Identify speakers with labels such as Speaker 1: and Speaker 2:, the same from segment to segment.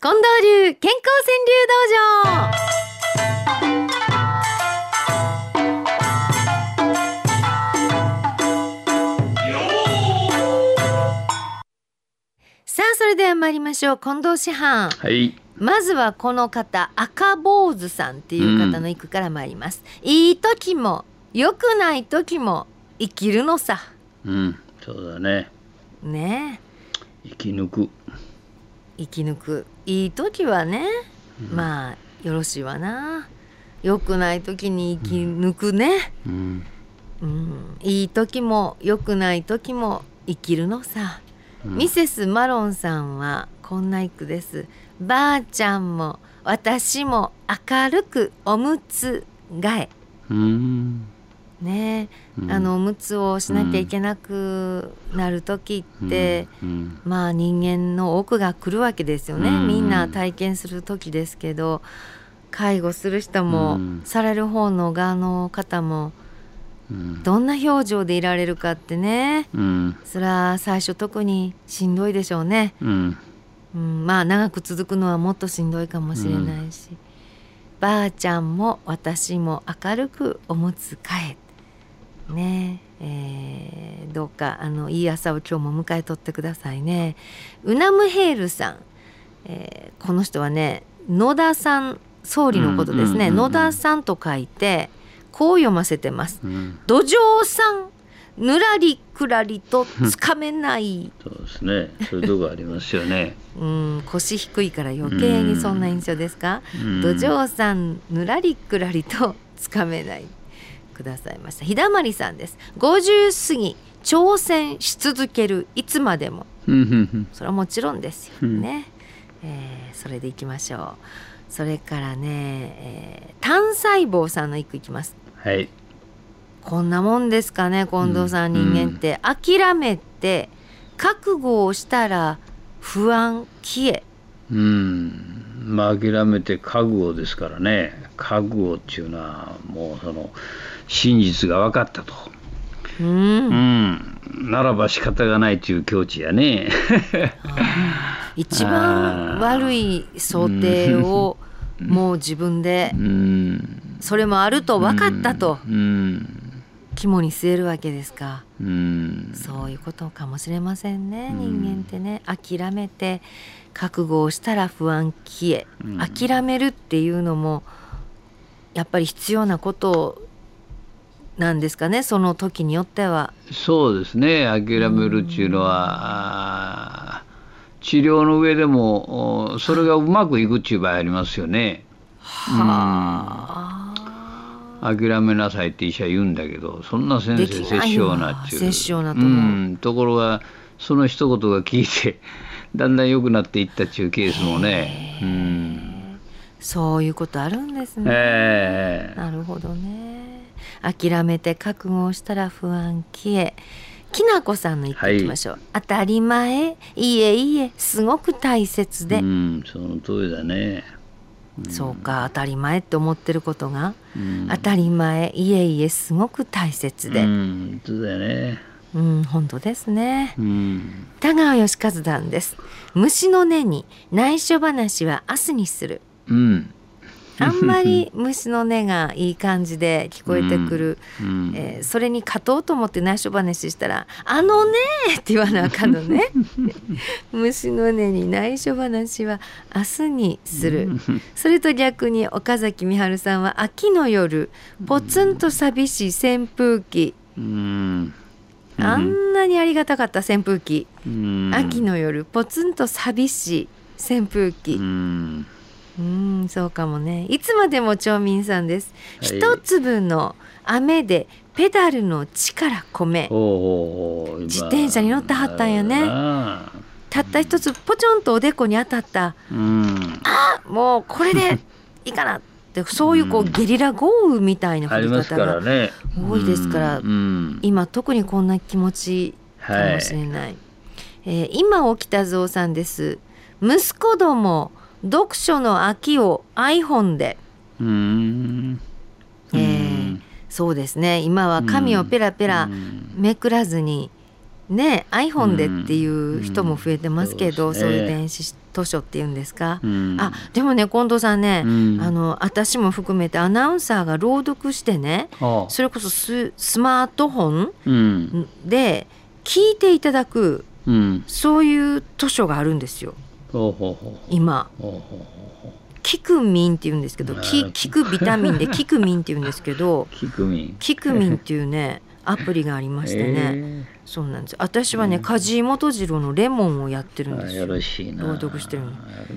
Speaker 1: 近藤流健康川柳道場さあそれでは参りましょう近藤師範
Speaker 2: はい。
Speaker 1: まずはこの方赤坊主さんっていう方の一句から参ります、いい時も良くない時も生きるのさ
Speaker 2: うん。そうだね。
Speaker 1: ねえ
Speaker 2: 生き抜く。
Speaker 1: 生き抜くいい時はね、
Speaker 2: うん
Speaker 1: まあよろしいわな良くない時に生き抜くね、
Speaker 2: うん。
Speaker 1: うん、いい時も良くない時も生きるのさ
Speaker 2: うん
Speaker 1: ミセスマロンさんはこんな一句です。ばあちゃんも私も明るくおむつ替え。
Speaker 2: うん。
Speaker 1: ねえ、あのおむつをしなきゃいけなくなる時
Speaker 2: うん
Speaker 1: って、、
Speaker 2: うん
Speaker 1: まあ人間の奥が来るわけですよね、
Speaker 2: うん
Speaker 1: みんな体験する時ですけど介護する人も、
Speaker 2: うん
Speaker 1: される方の側の方も
Speaker 2: うん
Speaker 1: どんな表情でいられるかってね
Speaker 2: うん
Speaker 1: それは最初特にしんどいでしょうね。
Speaker 2: うん
Speaker 1: うん、まあ長く続くのはもっとしんどいかもしれないし、ばあちゃんも私も明るくおむつ替えねええーどうかあのいい朝を今日も迎えとってくださいねウナムヘールさん、えーこの人はね野田さん総理のことですね、
Speaker 2: うんうんうんうん
Speaker 1: 野田さんと書いてこう読ませてます
Speaker 2: うん
Speaker 1: 土壌さんぬらりくらりとつかめない
Speaker 2: そうですね。そういうとこありますよ ね。
Speaker 1: うん、腰低いから余計にそんな印象ですか。
Speaker 2: うん
Speaker 1: 土壌さんぬらりくらりとつかめない。くださいました。ひだまりさんです。50過ぎ挑戦し続けるいつまでも。
Speaker 2: うんうん
Speaker 1: それはもちろんですよ
Speaker 2: うん
Speaker 1: ね。えーそれでいきましょう。それからね、えー単細胞さんの一句いきます。
Speaker 2: うんはい。
Speaker 1: こんなもんですかね近藤さん、
Speaker 2: うん
Speaker 1: 人間って諦めて覚悟をしたら不安消え。
Speaker 2: うん。まあ諦めて覚悟ですからね。覚悟っていうのはもうその真実が分かったと。
Speaker 1: うん
Speaker 2: うん。ならば仕方がないという境地 やね。
Speaker 1: 一番悪い想定をもう自分で
Speaker 2: うん。
Speaker 1: それもあると分かったと
Speaker 2: うん。
Speaker 1: 肝に据えるわけですか
Speaker 2: うん。
Speaker 1: そういうことかもしれませんね
Speaker 2: うん
Speaker 1: 人間ってね諦めて覚悟をしたら不安消え
Speaker 2: うん
Speaker 1: 諦めるっていうのもやっぱり必要なことなんですかねその時によっては。
Speaker 2: そうですね諦めるっていうのは、あー治療の上でもおそれがうまくいくっていう場合ありますよね
Speaker 1: はあ
Speaker 2: 諦めなさいって医者言うんだけどそんな先
Speaker 1: で
Speaker 2: 生
Speaker 1: き
Speaker 2: 殺
Speaker 1: ない
Speaker 2: 生
Speaker 1: よ
Speaker 2: なっていう
Speaker 1: 殺生なと
Speaker 2: う、
Speaker 1: 思うん
Speaker 2: ところがその一言が効いて だんだん良くなっていったっていうケースもね、うん
Speaker 1: そういうことあるんですね。
Speaker 2: ええ
Speaker 1: なるほどね。諦めて覚悟をしたら不安消え。きなこさんの言っていきましょう。当たり前、いえいえ、すごく大切で、
Speaker 2: うん、その通りだね、
Speaker 1: そうか、当たり前って思ってることが、
Speaker 2: うん、
Speaker 1: 当たり前、いえいえ、すごく大切
Speaker 2: う
Speaker 1: で、
Speaker 2: んそうだよね、
Speaker 1: うん、本当ですね。
Speaker 2: うん、
Speaker 1: 田川義和団です。虫の根に内緒話は明日にす る。
Speaker 2: うん、
Speaker 1: あんまり虫の音がいい感じで聞こえてくる、
Speaker 2: うん
Speaker 1: えーそれに勝とうと思って内緒話したら「あのね」って言わなあかんのね 虫の音に内緒話は明日にする、それと逆に岡崎美春さんは秋の夜ポツンと寂しい扇風機、
Speaker 2: うん、
Speaker 1: あんなにありがたかった扇風機、
Speaker 2: うん
Speaker 1: 秋の夜ポツンと寂しい扇風機、
Speaker 2: うん
Speaker 1: うん、そうかもね。いつまでも町民さんです。
Speaker 2: はい
Speaker 1: 一粒の雨でペダルの力込め、
Speaker 2: ほうほうほう
Speaker 1: 自転車に乗ってはったんやね
Speaker 2: なあ
Speaker 1: たった一つポチョンとおでこに当たった。
Speaker 2: うん
Speaker 1: あもうこれ でいいかなって、そういうこう
Speaker 2: うん
Speaker 1: ゲリラ豪雨みたいな
Speaker 2: あ
Speaker 1: 降
Speaker 2: り
Speaker 1: り
Speaker 2: ます
Speaker 1: 方
Speaker 2: から
Speaker 1: が、
Speaker 2: ね
Speaker 1: 多いですから
Speaker 2: うんうん
Speaker 1: 今特にこんな気持ちか
Speaker 2: は
Speaker 1: も
Speaker 2: い
Speaker 1: しれない。えー今起きたぞうさんです。息子ども、読書の秋を iPhone で。
Speaker 2: うん
Speaker 1: えーそうですね。今は紙をペラペラ、
Speaker 2: うん
Speaker 1: めくらずにね iPhone でっていう人も増えてますけど、
Speaker 2: うんうん
Speaker 1: そういう
Speaker 2: そうですね
Speaker 1: 電子図書っていうんですか、
Speaker 2: うん
Speaker 1: あでもね近藤さんね、
Speaker 2: うん
Speaker 1: あの私も含めてアナウンサーが朗読してね
Speaker 2: あ
Speaker 1: それこそススマートフォ
Speaker 2: うん
Speaker 1: ンで聞いていただく
Speaker 2: うん
Speaker 1: そういう図書があるんですよ
Speaker 2: ほうほうほ
Speaker 1: 今。
Speaker 2: うほうほう
Speaker 1: キクミンって言うんですけど、
Speaker 2: な
Speaker 1: き
Speaker 2: る
Speaker 1: キクビタミ ンでキクミンって言うんですけど、
Speaker 2: キクミン
Speaker 1: キクミンっていうね、アプリがありましてね、
Speaker 2: え
Speaker 1: そうなんです。私は
Speaker 2: う
Speaker 1: ね、
Speaker 2: ん
Speaker 1: 梶井元次郎のレモンをやってるん
Speaker 2: ーあ
Speaker 1: です
Speaker 2: よ
Speaker 1: よ。
Speaker 2: ろしいな
Speaker 1: 朗読してるの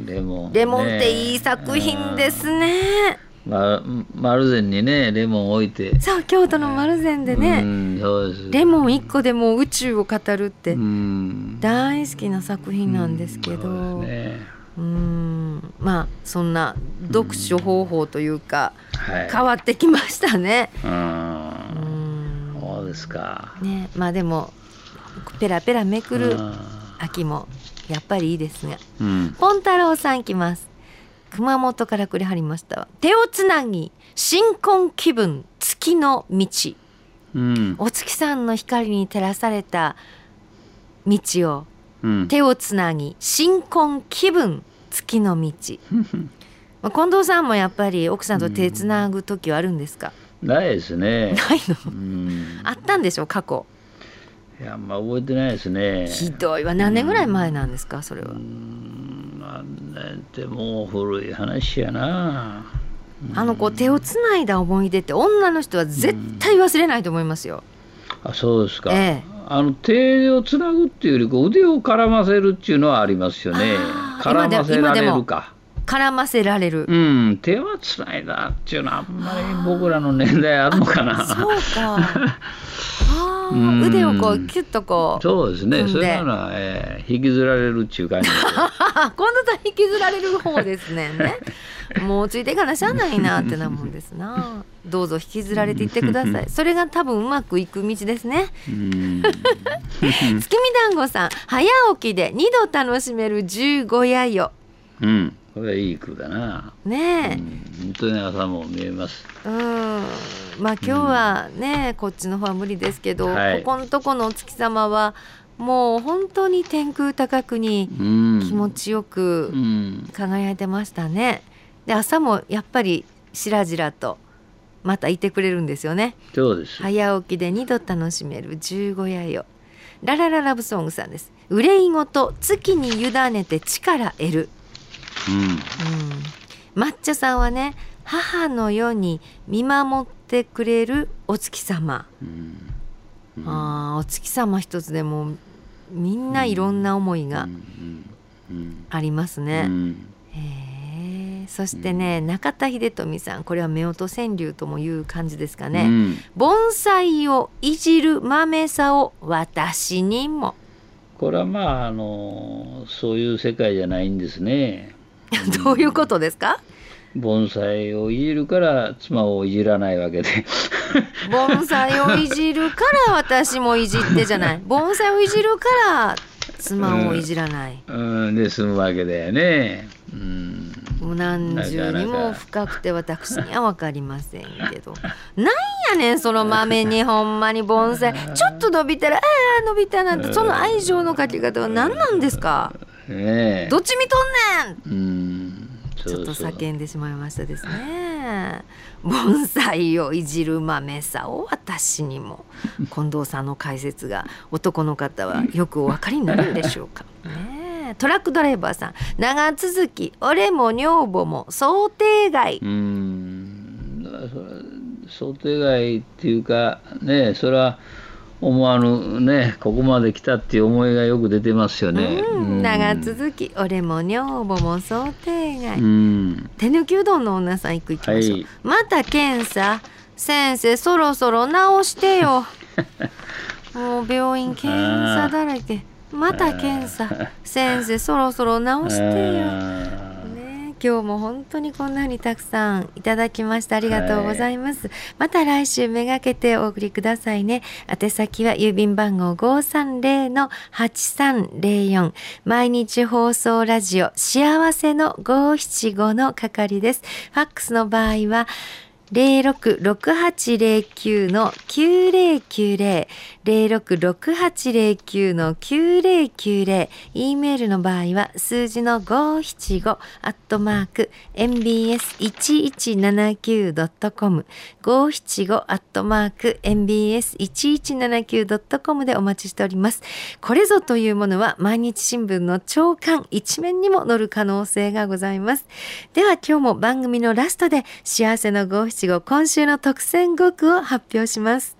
Speaker 2: レモンね
Speaker 1: レモンっていい作品ですね。
Speaker 2: まマルゼンにねレモン置いて
Speaker 1: そう、京都の丸善で
Speaker 2: う
Speaker 1: ね、
Speaker 2: んそうです
Speaker 1: レモン一個でもう宇宙を語るって
Speaker 2: うん
Speaker 1: 大好きな作品なんですけど、
Speaker 2: うんそうですね
Speaker 1: うん、まあそんな読書方法というか
Speaker 2: はい
Speaker 1: 変わってきましたね。う
Speaker 2: うん
Speaker 1: ん
Speaker 2: そうですか
Speaker 1: ねまあでもペラペラめくる
Speaker 2: あ
Speaker 1: 秋もやっぱりいいですが
Speaker 2: ーうん
Speaker 1: ポン太郎さん来ます熊本からくれはりましたわ手をつなぎ新婚気分月の道
Speaker 2: うん
Speaker 1: お月さんの光に照らされた道を
Speaker 2: うん
Speaker 1: 手をつなぎ新婚気分月の道まあ近藤さんもやっぱり奥さんと手つなぐ時はあるんですか、
Speaker 2: ないですね
Speaker 1: ないの
Speaker 2: うん
Speaker 1: あったんでしょ過去
Speaker 2: いやあんま覚えてないですね
Speaker 1: ひどいわ何年ぐらい前なんですかそれは
Speaker 2: なんなんてもう古い話やな
Speaker 1: あのこう手をつないだ思い出って女の人は絶対忘れないと思いますよ。
Speaker 2: あそうですか、
Speaker 1: ええ
Speaker 2: あの手をつなぐっていうよりこう腕を絡ませるっていうのはありますよね
Speaker 1: あー今
Speaker 2: 絡
Speaker 1: で
Speaker 2: ませられるか
Speaker 1: 絡ませられる。
Speaker 2: うん手はつないだっていうのはあんまり僕らの年代あるのかな
Speaker 1: そう か。ああ
Speaker 2: う
Speaker 1: ー
Speaker 2: ん
Speaker 1: 腕をこうキュッとこう。
Speaker 2: そうですね
Speaker 1: 組ん
Speaker 2: そ
Speaker 1: で
Speaker 2: れなら、ええ引きずられるっていう感じで
Speaker 1: あ今度さん引きずられる方ですね。 ねもうついていかなしゃあないなってなもんですな。どうぞ引きずられていってください。それが多分うまくいく道ですね。
Speaker 2: うん
Speaker 1: 月見団子さん早起きで二度楽しめる十五夜よ。
Speaker 2: うんこれはいい句だな、
Speaker 1: ねえ。
Speaker 2: うん、本当に朝も見えます
Speaker 1: うん、まあ今日はね、こっちの方は無理ですけど、
Speaker 2: はい
Speaker 1: ここのとこのお月様はもう本当に天空高くに
Speaker 2: うん
Speaker 1: 気持ちよく
Speaker 2: うん
Speaker 1: 輝いてましたね。で朝もやっぱりしらじらとまたいてくれるんですよね。
Speaker 2: そうです、
Speaker 1: 早起きで2度楽しめる十五夜よ。ララララブソングさんです。憂いごと月に委ねて力得る。
Speaker 2: うん
Speaker 1: うん、抹茶さんはね母のように見守ってくれるお月様、
Speaker 2: うん
Speaker 1: ああーお月様一つでもみんないろんな思いが
Speaker 2: うんうん
Speaker 1: あります
Speaker 2: う
Speaker 1: ね、
Speaker 2: ん
Speaker 1: へえそしてね中田秀富さんこれは夫婦川柳ともいう感じですか
Speaker 2: う
Speaker 1: ね、
Speaker 2: ん
Speaker 1: 盆栽をいじる豆さを私にも
Speaker 2: これはまああのそういう世界じゃないんですね。
Speaker 1: どういうことですか
Speaker 2: 盆栽をいじるから妻をいじらないわけで。
Speaker 1: 盆栽をいじるから私もいじってじゃ ない盆栽をいじるから妻をいじらない、
Speaker 2: うん、で済むわけだよね。うん。
Speaker 1: もう何重にも深くて私には分かりませんけどなんやねんその豆 にほんまに盆栽ちょっと伸びたらああ伸びたなんてその愛情のかけ方は何なんですか
Speaker 2: ねえ。
Speaker 1: どっち見とんねん
Speaker 2: うん。
Speaker 1: ちょっと
Speaker 2: そうそう
Speaker 1: 叫んでしまいましたですね。盆栽をいじる豆さを私にも近藤さんの解説が男の方はよくお分かりになるんでしょうか。ねえトラックドライバーさん長続き俺も女房も想定外
Speaker 2: うん。だからそれ想定外っていうかねえそれは思わぬねここまで来たっていう思いがよく出てますよね。
Speaker 1: うん
Speaker 2: うん
Speaker 1: 長続き俺も女房も想定外
Speaker 2: うん。
Speaker 1: 手抜きうどんの女さん一個行きましょう、
Speaker 2: はい
Speaker 1: また検査先生そろそろ直して よもう病院検査だらけまた検査先生そろそろ直してよ、ね
Speaker 2: あー
Speaker 1: え、今日も本当にこんなにたくさんいただきましたありがとうございます、また来週めがけてお送りくださいね宛先は郵便番号530-8304毎日放送ラジオ幸せの575の係ですファックスの場合は零六六八零九の九零九零零六六八零九の九零九零 e メールの場合は数字の五七五アットマーク mbs 一一七九ドットコム五七五アットマーク mbs 一一七九ドットコムでお待ちしております。これぞというものは毎日新聞の朝刊一面にも載る可能性がございます。では今日も番組のラストで幸せの五七五今週の特選五句を発表します。